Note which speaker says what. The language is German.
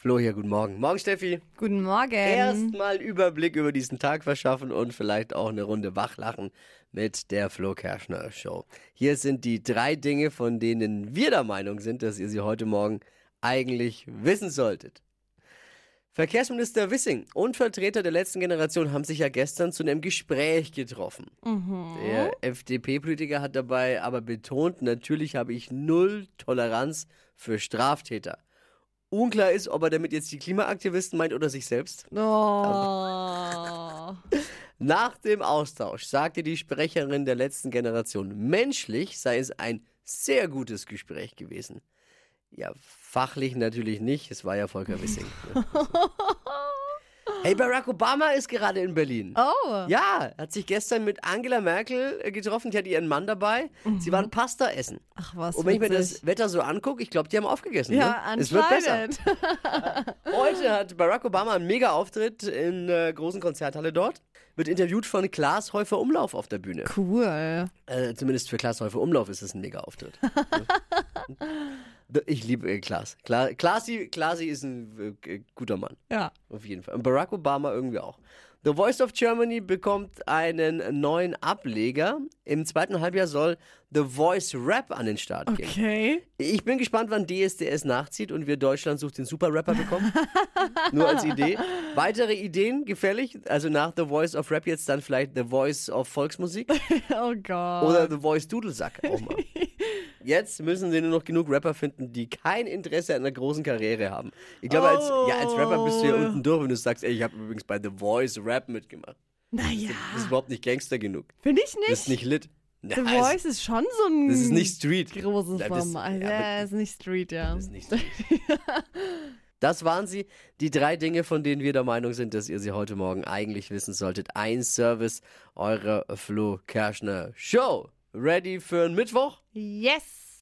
Speaker 1: Flo hier, guten Morgen. Morgen, Steffi.
Speaker 2: Guten Morgen.
Speaker 1: Erstmal Überblick über diesen Tag verschaffen und vielleicht auch eine Runde wachlachen mit der Flo Kerschner Show. Hier sind die drei Dinge, von denen wir der Meinung sind, dass ihr sie heute Morgen eigentlich wissen solltet. Verkehrsminister Wissing und Vertreter der letzten Generation haben sich ja gestern zu einem Gespräch getroffen.
Speaker 2: Mhm.
Speaker 1: Der FDP-Politiker hat dabei aber betont, natürlich habe ich null Toleranz für Straftäter. Unklar ist, ob er damit jetzt die Klimaaktivisten meint oder sich selbst.
Speaker 2: Oh.
Speaker 1: Nach dem Austausch sagte die Sprecherin der letzten Generation, menschlich sei es ein sehr gutes Gespräch gewesen. Ja, fachlich natürlich nicht, es war ja Volker Wissing. ne? hey, Barack Obama ist gerade in Berlin.
Speaker 2: Oh.
Speaker 1: Ja, hat sich gestern mit Angela Merkel äh, getroffen, die hat ihren Mann dabei. Sie waren Pasta essen.
Speaker 2: Mhm. Ach was.
Speaker 1: Und wenn ich mir das
Speaker 2: witzig.
Speaker 1: Wetter so angucke, ich glaube, die haben aufgegessen.
Speaker 2: Ja,
Speaker 1: ne? Es wird besser.
Speaker 2: anscheinend.
Speaker 1: Heute hat Barack Obama einen mega Auftritt in der großen Konzerthalle dort. Wird interviewt von Klaas Häufer Umlauf auf der Bühne.
Speaker 2: Cool.
Speaker 1: Äh, zumindest für Klaas Häufer Umlauf ist es ein mega Auftritt. ich liebe äh, Klaas. Kla Klaasi, Klaasi ist ein äh, guter Mann.
Speaker 2: Ja.
Speaker 1: Auf jeden Fall. Und Barack Obama irgendwie auch. The Voice of Germany bekommt einen neuen Ableger. Im zweiten Halbjahr soll The Voice Rap an den Start gehen.
Speaker 2: Okay.
Speaker 1: Ich bin gespannt, wann DSDS nachzieht und wir Deutschland sucht den Super-Rapper bekommen. Nur als Idee. Weitere Ideen gefällig? Also nach The Voice of Rap jetzt dann vielleicht The Voice of Volksmusik
Speaker 2: Oh Gott.
Speaker 1: oder The Voice Dudelsack auch mal. Jetzt müssen sie nur noch genug Rapper finden, die kein Interesse an einer großen Karriere haben. Ich glaube, als, ja, als Rapper bist du ja
Speaker 2: Oh.
Speaker 1: unten durch, wenn du sagst, ey, ich habe übrigens bei The Voice Rap mitgemacht.
Speaker 2: naja.
Speaker 1: Das ist überhaupt nicht Gangster genug.
Speaker 2: Finde ich
Speaker 1: Das ist
Speaker 2: nicht.
Speaker 1: nicht lit.
Speaker 2: The
Speaker 1: Na, es-
Speaker 2: Voice Hm. ist schon so ein
Speaker 1: Das ist nicht Street.
Speaker 2: großes
Speaker 1: Ja, das-
Speaker 2: Format.
Speaker 1: ja, aber-
Speaker 2: Ja, ist nicht Street, ja.
Speaker 1: Das ist nicht Das waren sie, die drei Dinge, von denen wir der Meinung sind, dass ihr sie heute Morgen eigentlich wissen solltet. Ein Service eurer Flo Kerschner Show. Ready für einen Mittwoch?
Speaker 2: Yes.